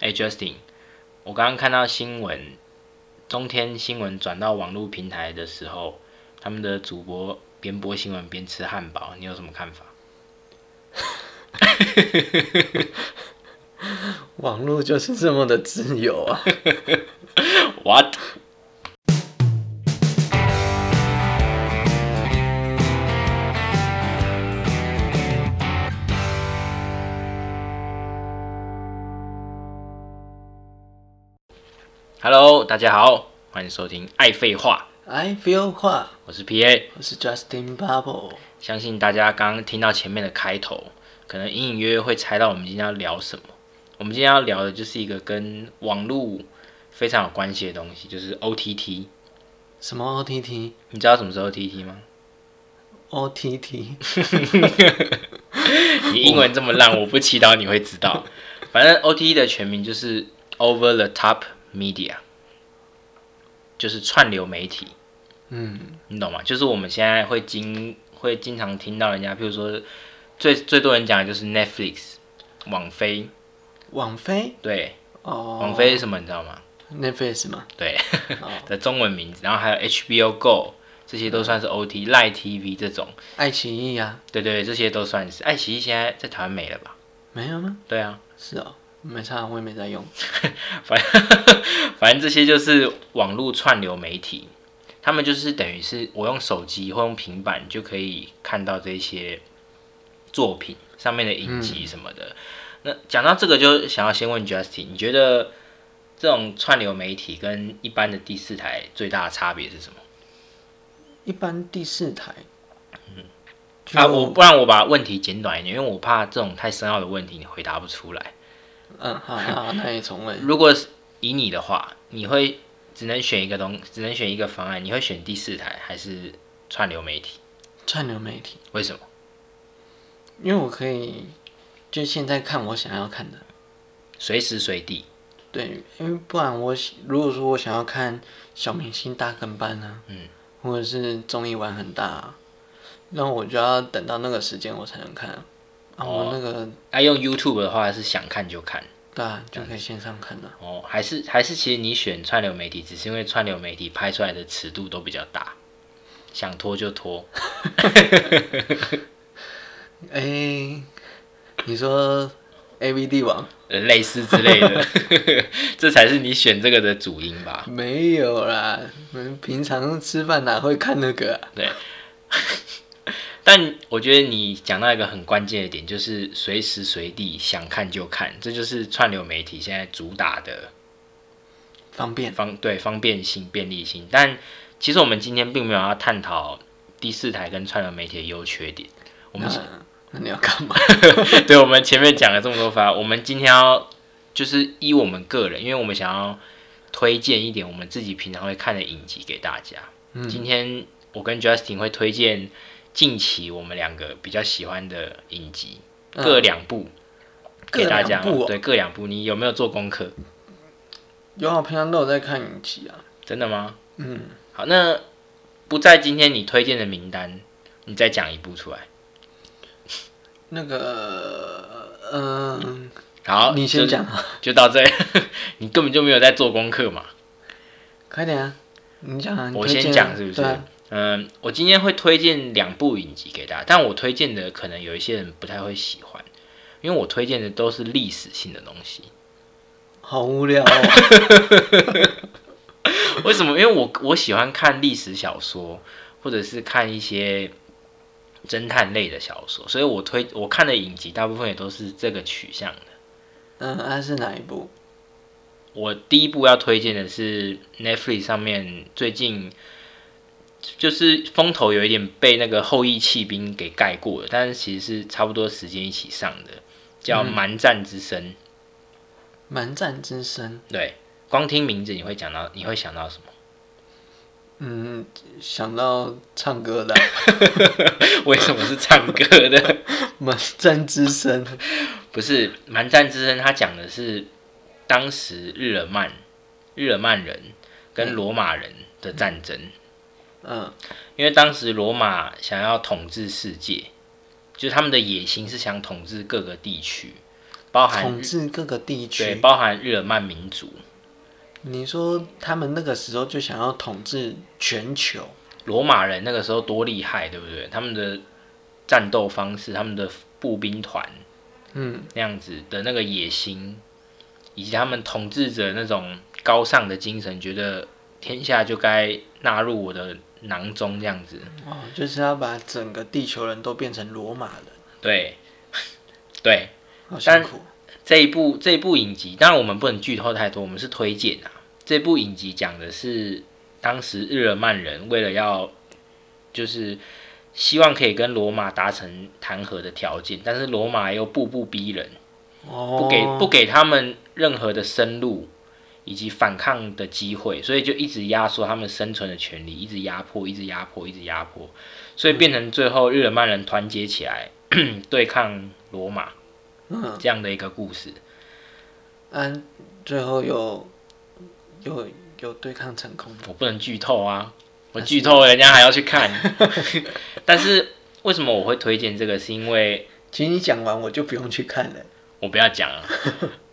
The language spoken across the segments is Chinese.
哎、j u s t i n 我刚刚看到新闻，中天新闻转到网络平台的时候，他们的主播边播新闻边吃汉堡，你有什么看法？网络就是这么的自由啊！ What？Hello，大家好，欢迎收听《爱废话 I feel 话》，，我是 PA。我是 Justin Bubble。相信大家刚刚听到前面的开头，可能隐隐约约会猜到我们今天要聊什么。我们今天要聊的就是一个跟网络非常有关系的东西，就是 OTT。什么 OTT？OTT 你知道什么是 OTT 吗？你英文这么烂，我不祈祷你会知道。反正 OTT 的全名就是 Over the Top Media，就是串流媒体，嗯，你懂吗？就是我们现在会经会经常听到人家，譬如说最最多人讲的就是 Netflix、网飞，网飞对，哦，网飞是什么你知道吗？ Netflix 吗？对哦 的中文名字，然后还有 HBO Go，这些都嗯算是 OT、赖 TV 这种，爱奇艺啊？对对对，这些都算是。爱奇艺现在在台湾没了吧？没有吗？对啊，是哦，没差，我也没在用。反反正这些就是网络串流媒体，他们就是等于是我用手机或用平板就可以看到这些作品上面的影集什么的。嗯那讲到这个，就想要先问 Justin，你觉得这种串流媒体跟一般的第四台最大的差别是什么？一般第四台，就啊，我不然我把问题简短一点，因为我怕这种太深奥的问题你回答不出来。嗯，好，好，那你重问。如果是以你的话，你会只能选一个东，只能选一个方案，你会选第四台还是串流媒体？串流媒体，为什么？因为我可以就现在看我想要看的，随时随地对，因为不然我喜如果说我想要看小明星大跟班啊，嗯，或者是综艺玩很大、啊，那我就要等到那个时间我才能看啊。啊，哦我那个那、用 YouTube 的话是想看就看对啊，就可以线上看了、哦，还是还是其实你选串流媒体，只是因为串流媒体拍出来的尺度都比较大，想拖就拖。哎、你说 A V 帝王呃，类似之类的，这才是你选这个的主因吧？没有啦？我们平常吃饭哪会看那个、啊？对，但我觉得你讲到一个很关键的点，就是随时随地想看就看，这就是串流媒体现在主打的方便方对方便性、便利性。但其实我们今天并没有要探讨第四台跟串流媒体的优缺点。我们、那啊那你要干嘛？对我们前面讲了这么多发，我们今天要就是依我们个人，因为我们想要推荐一点我们自己平常会看的影集给大家。今嗯，天我跟 Justin 会推荐近期我们两个比较喜欢的影集，嗯各两部各给大家。两部哦对，各两部。你有没有做功课？有啊，平常都有在看影集啊。真的吗？嗯，好，那不在今天你推荐的名单，你再讲一部出来。那个，嗯、好，你先就讲，啊，就到这。 你根本就没有在做功课嘛。快点啊，你讲啊。你嗯我推先荐啊讲是不是对啊，？嗯，我今天会推荐两部影集给大家，但我推荐的可能有一些人不太会喜欢，因为我推荐的都是历史性的东西。好无聊哦。 为什么？因为我我喜欢看历史小说，或者是看一些侦探类的小说，所以我推我看的影集大部分也都是这个取向的。嗯，那、是哪一部？我第一部要推荐的是 Netflix 上面最近就是风头有一点被那个《后羿弃兵》给盖过了，但是其实是差不多时间一起上的，叫《蛮战之声》。 《蛮战之声》。对，光听名字你会讲到，你会想到什么？ 嗯，想到唱歌的为什么是唱歌的？ 《蛮战之声》。不是《蛮战之争》，它讲的是当时日耳曼日耳曼人跟罗马人的战争，嗯因为当时罗马想要统治世界，就是他们的野心是想统治各个地区，包含统治各个地对区。包含日耳曼民族、你说他们那个时候就想要统治全球，罗马人那个时候多厉害，对不对？他们的战斗方式、他们的步兵团嗯，那样子的那个野心，以及他们统治者那种高尚的精神，觉得天下就该纳入我的囊中这样子。哦，就是要把整个地球人都变成罗马人，对， 对，好辛苦。这一部这一部影集，当然我们不能剧透太多，我们是推荐啊。这部影集讲的是当时日耳曼人为了要，就是希望可以跟罗马达成谈和的条件，但是罗马又步步逼人，哦，不给不给他们任何的生路以及反抗的机会，所以就一直压缩他们生存的权利，一直压迫，一直压迫，一直压迫，所以变成最后日耳曼人团结起来 对抗罗马嗯，这样的一个故事。啊，最后有有有对抗成功吗我不能剧透啊，我剧透人家还要去看。但是为什么我会推荐这个？是因为其实你讲完我就不用去看了。我不要讲啊。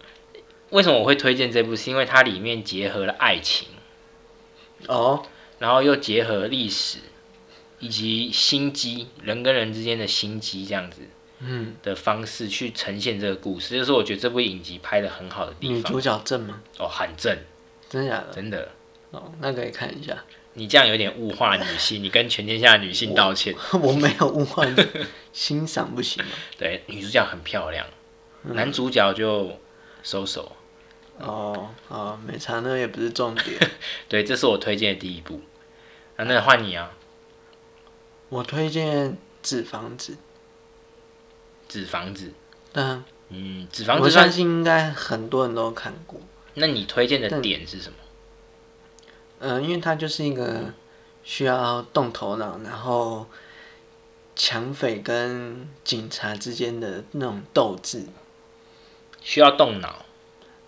为什么我会推荐这部？是因为它里面结合了爱情，哦，然后又结合历史，以及心机，人跟人之间的心机这样子嗯，的方式去呈现这个故事，这就是我觉得这部影集拍的很好的地女方。主角正吗？哦，很正，真的假的？真的。哦，那可以看一下。你这样有点物化女性，你跟全天下的女性道歉。 我没有物化你，欣赏不行吗？对，女主角很漂亮，男主角就收手。哦哦，没差，那也不是重点。对，这是我推荐的第一部。啊，那换你啊，我推荐《纸房子》，纸房子。但嗯，纸房我子相算是。信应该很多人都看过。那你推荐的点是什么？嗯、因为它就是一个需要动头脑，然后抢匪跟警察之间的那种斗志。需要动脑，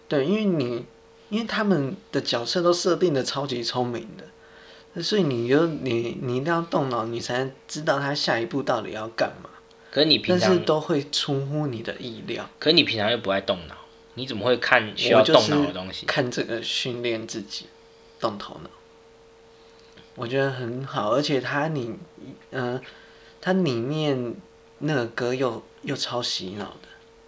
对，因为你因为他们的角色都设定的超级聪明的，所以你就你你一定要动脑，你才知道他下一步到底要干嘛。可是你平但是常，都会出乎你的意料。可是你平常又不爱动脑，你怎么会看需我要就是动脑的东西？看这个训练自己动头脑，我觉得很好，而且它里，嗯、它里面那个歌又又超洗脑的。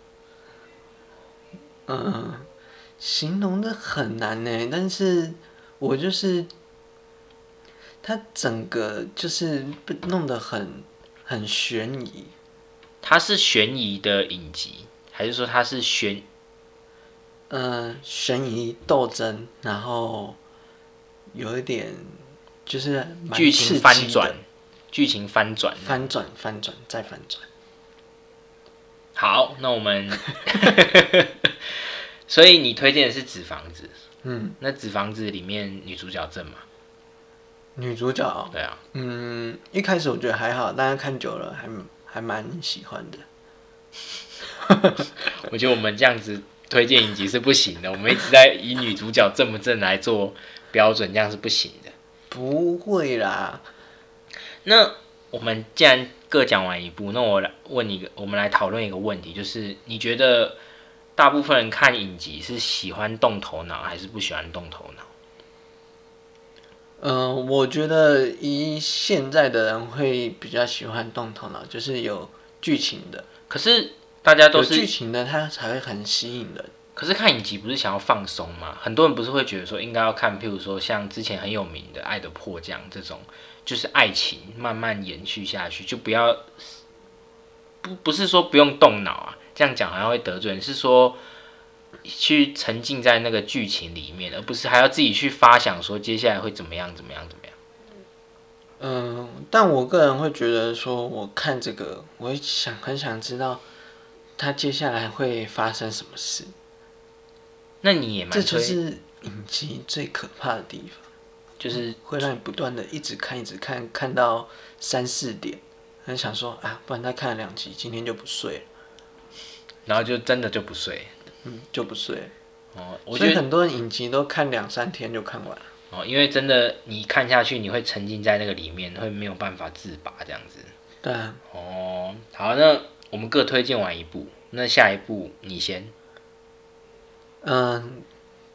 嗯，形容的很难呢，但是我就是，它整个就是被弄得很很悬疑，它是悬疑的影集，还是说它是悬嗯，悬疑斗争，然后有一点就是蛮剧刺情激翻的转？剧情翻转。翻转，翻转再翻转。好，那我们，所以你推荐的是《纸房子》，嗯，那《纸房子》里面女主角正嘛？女主角，对啊，嗯，一开始我觉得还好，但是看久了还还蛮喜欢的。我觉得我们这样子推荐影集是不行的，我们一直在以女主角正不正来做标准，这样是不行的。不会啦，那我们既然各讲完一部，那我来问你一个，我们来讨论一个问题，就是你觉得大部分人看影集是喜欢动头脑，还是不喜欢动头脑？嗯，我觉得以现在的人会比较喜欢动头脑，就是有剧情的，可是大家都有剧是，情的，它才会很吸引人。可是看影集不是想要放松吗？很多人不是会觉得说应该要看，譬如说像之前很有名的《爱的迫降》这种，就是爱情慢慢延续下去，就不要不不是说不用动脑啊，这样讲好像会得罪人，是说去沉浸在那个剧情里面，而不是还要自己去发想说接下来会怎么样怎么样怎么样。嗯，但我个人会觉得说，我看这个，我会想很想知道它接下来会发生什么事。那你也蛮这就推，是影集最可怕的地方，就是哦会让你不断的一直看，一直看，看到三四点，很想说啊，不然他看了两集，今天就不睡了，然后就真的就不睡。嗯，就不睡了。哦，我所觉以得很多人影集都看两三天就看完了。哦，因为真的你看下去，你会沉浸在那个里面，会没有办法自拔这样子。对啊，哦，好，那我们各推荐完一部，那下一部你先。嗯，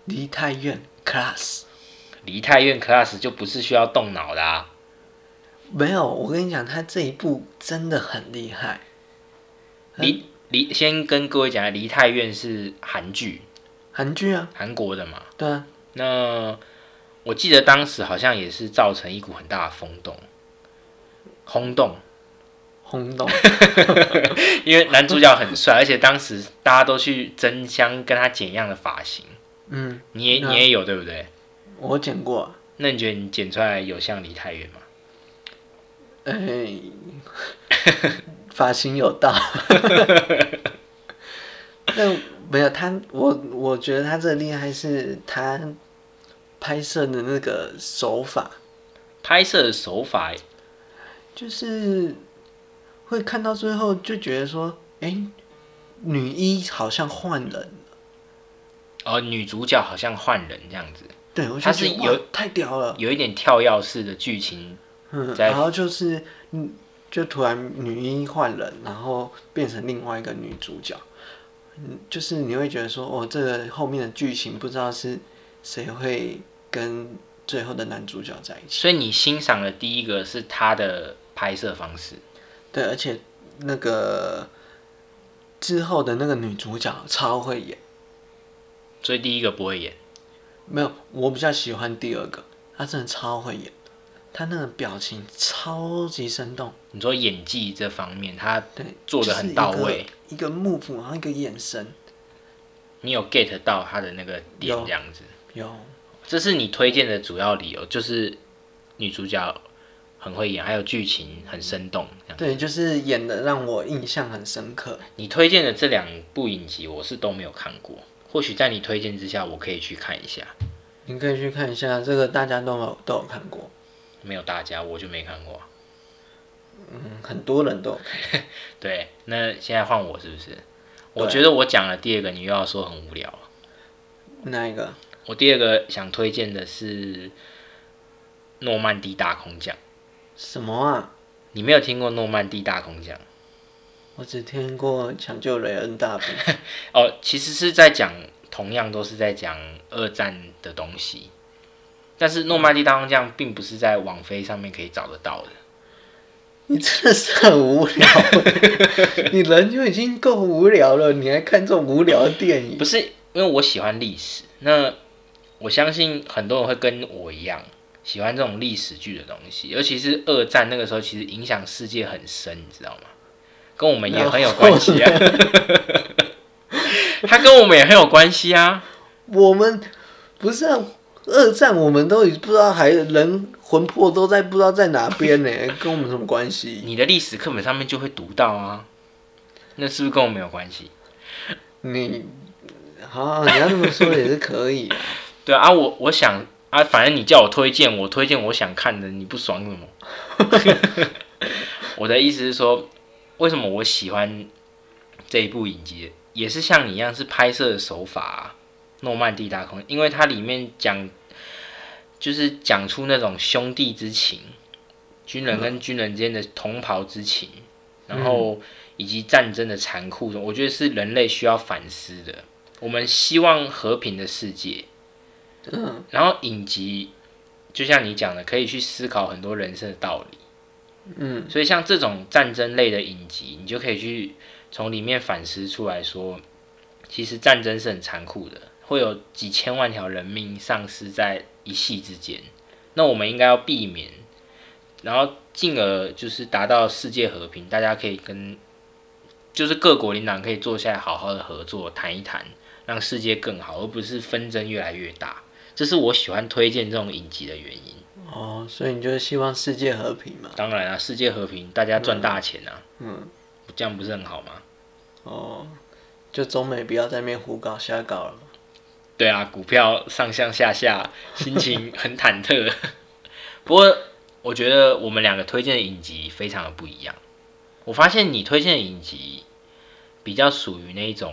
梨泰院 class 梨泰院 class 就不是需要动脑的啊。没有，我跟你讲，他这一部真的很厉害。梨梨先跟各位讲一下，啊梨泰院是韩剧，韩剧啊，韩国的嘛。对啊，那我记得当时好像也是造成一股很大的风动，轰动，轰动。因为男主角很帅，而且当时大家都去争相跟他剪一样的发型。嗯，你也嗯你也有对不对？我剪过、啊，那你觉得你剪出来有像梨泰院吗？哎、发型有 到。那没有他，我我觉得他这个厉害是他拍摄的那个手法，拍摄的手法就是会看到最后就觉得说，哎、女一好像换人了，哦，女主角好像换人这样子，对我就她是觉得哇有太屌了，有一点跳跃式的剧情，嗯，在然后就是嗯，就突然女一换人，然后变成另外一个女主角，嗯，就是你会觉得说，哦，这个后面的剧情不知道是谁会跟最后的男主角在一起，所以你欣赏的第一个是她的拍摄方式，对，而且那个之后的那个女主角超会演。所以第一个不会演。没有，我比较喜欢第二个，他真的超会演，他那个表情超级生动，你说演技这方面，她对，做得很到位就是一个，一个幕府，然后一个眼神，你有 get 到她的那个点有这样子，有，这是你推荐的主要理由，就是女主角很会演，还有剧情很生动这样。对，就是演的让我印象很深刻。你推荐的这两部影集，我是都没有看过。或许在你推荐之下，我可以去看一下。你可以去看一下，这个大家都有都有看过，没有大家，我就没看过啊。嗯，很多人都有看对，那现在换我是不是？我对觉得我讲了第二个，你又要说很无聊了。那一个，我第二个想推荐的是《诺曼底大空降》，什么啊？你没有听过《诺曼底大空降》？我只听过《抢救雷恩大兵》， 哦，其实是在讲同样都是在讲二战的东西，但是《诺曼底大空降》并不是在网飞上面可以找得到的。你真的是很无聊， 你人就已经够无聊了，你还看这种无聊的电影不？是因为我喜欢历史，那我相信很多人会跟我一样喜欢这种历史剧的东西，尤其是二战那个时候，其实影响世界很深，你知道吗？跟我们也很有关系啊， 它跟我们也很有关系啊。我们不是啊，二战我们都已不知道还人魂魄都在不知道在哪边呢，跟我们什么关系？你的历史课本上面就会读到啊，那是不是跟我们有关系？你好，你要这么说也是可以啊，对啊，啊我我想啊，反正你叫我推荐，我推荐我想看的，你不爽什么？ 我的意思是说，为什么我喜欢这一部影集，也是像你一样是拍摄的手法、啊《诺曼底大空》，因为它里面讲就是讲出那种兄弟之情，军人跟军人之间的同袍之情，然后以及战争的残酷，我觉得是人类需要反思的。我们希望和平的世界，嗯，然后影集就像你讲的，可以去思考很多人生的道理。嗯，所以像这种战争类的影集，你就可以去从里面反思出来说，其实战争是很残酷的，会有几千万条人命丧失在一夕之间。那我们应该要避免，然后进而就是达到世界和平，大家可以跟就是各国领导可以坐下来好好的合作谈一谈，让世界更好，而不是纷争越来越大。这是我喜欢推荐这种影集的原因。哦，所以你就是希望世界和平嘛？当然啊，世界和平，大家赚大钱啊。嗯，这样不是很好吗？哦，就中美不要在那边胡搞瞎搞了嘛。对啊，股票上上下下，心 情很忐忑。 不过我觉得我们两个推荐的影集非常的不一样。我发现你推荐的影集比较属于那一种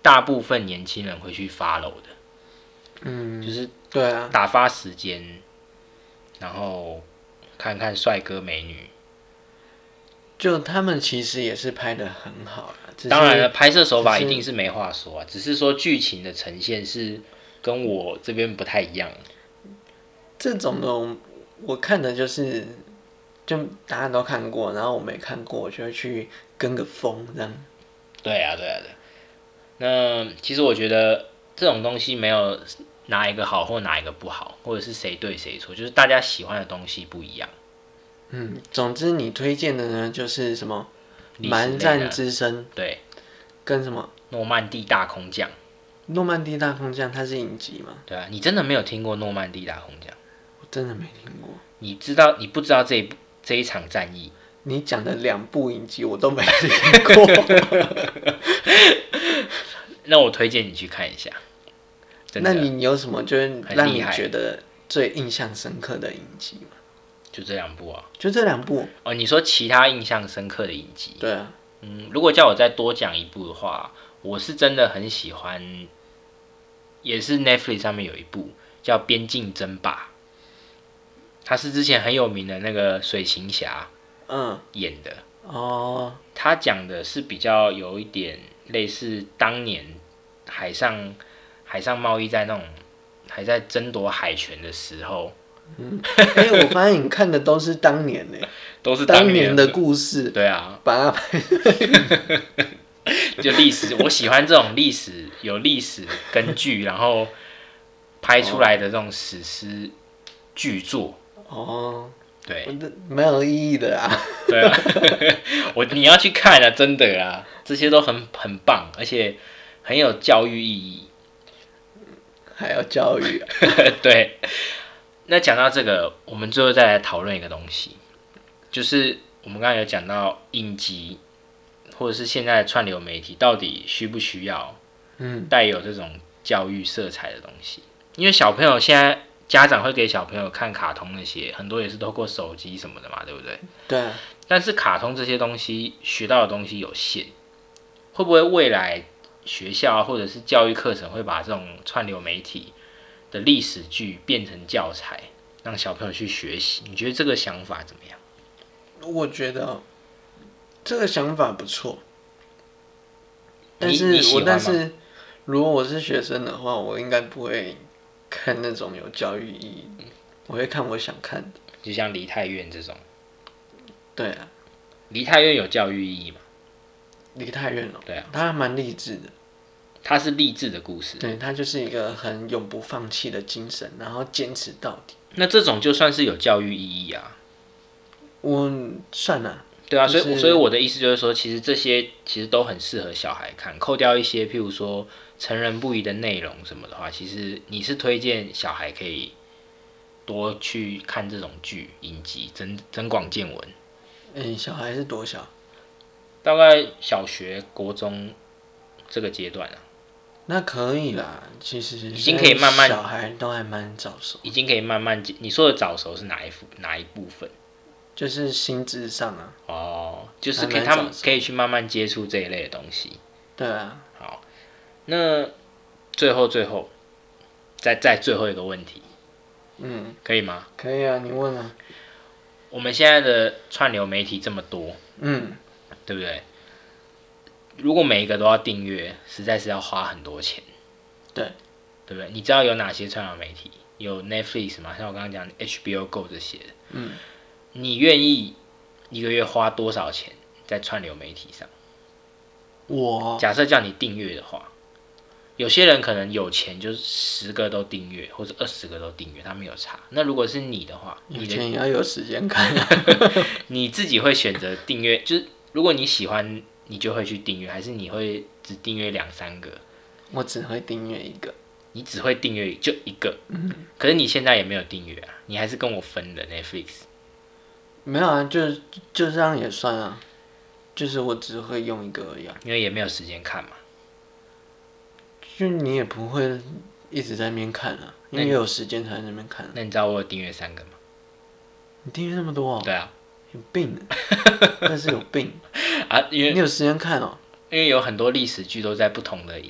大部分年轻人会去 follow 的，嗯，就是对啊，打发时间，然后看看帅哥美女。就他们其实也是拍的很好啊，只是当然了，，拍摄手法只一是定是没话说啊，只是说剧情的呈现是跟我这边不太一样。这种的我我看的就是，就大家都看过，然后我没看过，我就会去跟个风这样。对啊，对啊，对啊。那其实我觉得这种东西没有哪一个好或哪一个不好，或者是谁对谁错，就是大家喜欢的东西不一样。嗯，总之你推荐的呢就是什么历《史类的蛮战之声》对，跟什么诺曼底大空降， 《诺曼底大空降》，它是影集嘛？对啊，你真的没有听过诺曼底大空降？我真的没听过。你知道你不知道这一部这一场战役？你讲的两部影集我都没听过，那我推荐你去看一下。真那的，你有什么就是很让厉你害觉得最印象深刻的影集吗？就这两部啊。就这两部，哦，你说其他印象深刻的影集？对啊，嗯，如果叫我再多讲一部的话，我是真的很喜欢，也是 Netflix 上面有一部叫《边境争霸》，它是之前很有名的那个水行侠嗯，演的。哦，他讲的是比较有一点类似当年海上海上贸易在那种还在争夺海权的时候，哎、我发现你看的都是当年呢、 都是 当年年的故事，对啊，把它拍就历史，我喜欢这种历史有历史根据，然后拍出来的这种史诗巨作。哦，对我的蛮有意义的啊。 对啊，我你要去看啊，真的啊，这些都很很棒，而且很有教育意义。 还要教育啊、对，那讲到这个，我们最后再来讨论一个东西，就是我们刚才有讲到影集，或者是现在的串流媒体到底需不需要嗯，带有这种教育色彩的东西，因为小朋友现在家长会给小朋友看卡通那些，很多也是透过手机什么的嘛，对不对？对啊，但是卡通这些东西学到的东西有限，会不会未来学校啊或者是教育课程会把这种串流媒体的历史剧变成教材，让小朋友去学习？你觉得这个想法怎么样？我觉得这个想法不错，但你是你喜我欢但吗是如果我是学生的话，我应该不会看那种有教育意义嗯的，我会看我想看的。就像梨泰院这种，对啊，梨泰院有教育意义嘛？离太远了。对啊，他还蛮励志的。它是励志的故事。对他就是一个很永不放弃的精神，然后坚持到底。那这种就算是有教育意义啊。我算了、对啊，所就以是所以我的意思就是说，其实这些其实都很适合小孩看，扣掉一些譬如说成人不宜的内容什么的话，其实你是推荐小孩可以多去看这种剧影集，增增广见闻。嗯、小孩是多小？大概小学、国中这个阶段啊，那可以啦，其实已经可以慢慢小孩都还蛮早熟，已经可以慢慢接你说的早熟是哪一部哪一部分？就是心智上啊，哦，就是可以慢慢他们早熟可以去慢慢接触这一类的东西。对啊，好，那最后最后再再最后一个问题，嗯，可以吗？可以啊，你问啊，我们现在的串流媒体这么多，嗯，对不对？如果每一个都要订阅，实在是要花很多钱，对，对不对？你知道有哪些串流媒体？有 Netflix 嘛？像我刚刚讲的 HBO Go 这些的，嗯，你愿意一个月花多少钱在串流媒体上？我假设叫你订阅的话，有些人可能有钱，就是十个都订阅，或者二十个都订阅，他没有差。那如果是你的话，有你的钱也要有时间看啊， 你自己会选择订阅，就是如果你喜欢，你就会去订阅，还是你会只订阅两三个？我只会订阅一个，你只会订阅就一个，可是你现在也没有订阅啊，你还是跟我分的 Netflix。没有啊，就就这样也算啊，就是我只会用一个而已啊，因为也没有时间看嘛，就你也不会一直在那边看啊，因为有时间才在那边看、啊。那你知道我有订阅三个吗？你订阅那么多、哦，对啊，有病啊，但是有病。啊，因为你有时间看哦？因为有很多历史剧都在不同的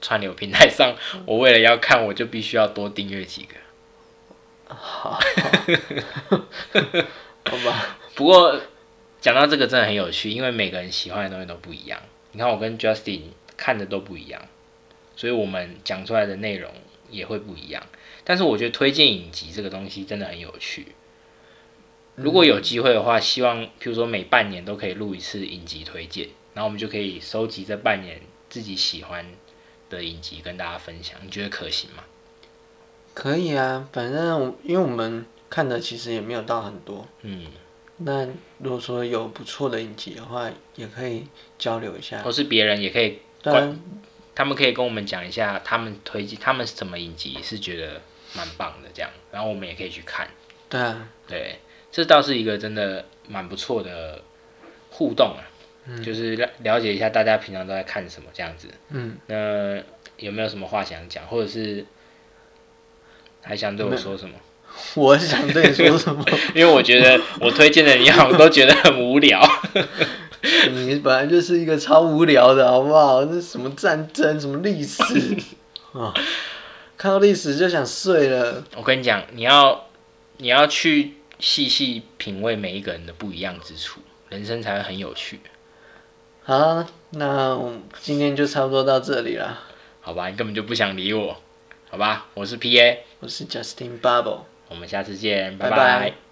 串流平台上，我为了要看，我就必须要多订阅几个。好，好吧，不过讲到这个真的很有趣，因为每个人喜欢的东西都不一样。你看我跟 Justin 看的都不一样，所以我们讲出来的内容也会不一样。但是我觉得推荐影集这个东西真的很有趣。如果有机会的话，希望譬如说每半年都可以录一次影集推荐，然后我们就可以收集这半年自己喜欢的影集跟大家分享。你觉得可行吗？可以啊，反正我因为我们看的其实也没有到很多，嗯，那如果说有不错的影集的话，也可以交流一下。或是别人也可以，当然，他们可以跟我们讲一下他们推荐他们什么影集是觉得蛮棒的这样，然后我们也可以去看。对啊，对，这倒是一个真的蛮不错的互动啊，就是了了解一下大家平常都在看什么这样子。嗯，那有没有什么话想讲，或者是还想对我说什么？我想对你说什么？因为我觉得我推荐的你好像都觉得很无聊。你本来就是一个超无聊的，好不好？那什么战争，什么历史啊，看到历史就想睡了。 我跟你讲，你要你要去细细品味每一个人的不一样之处，人生才会很有趣，好，那我们今天就差不多到这里啦。好吧？你根本就不想理我，好吧？我是 P A，我是 Justin Bubble，我们下次见，拜拜拜拜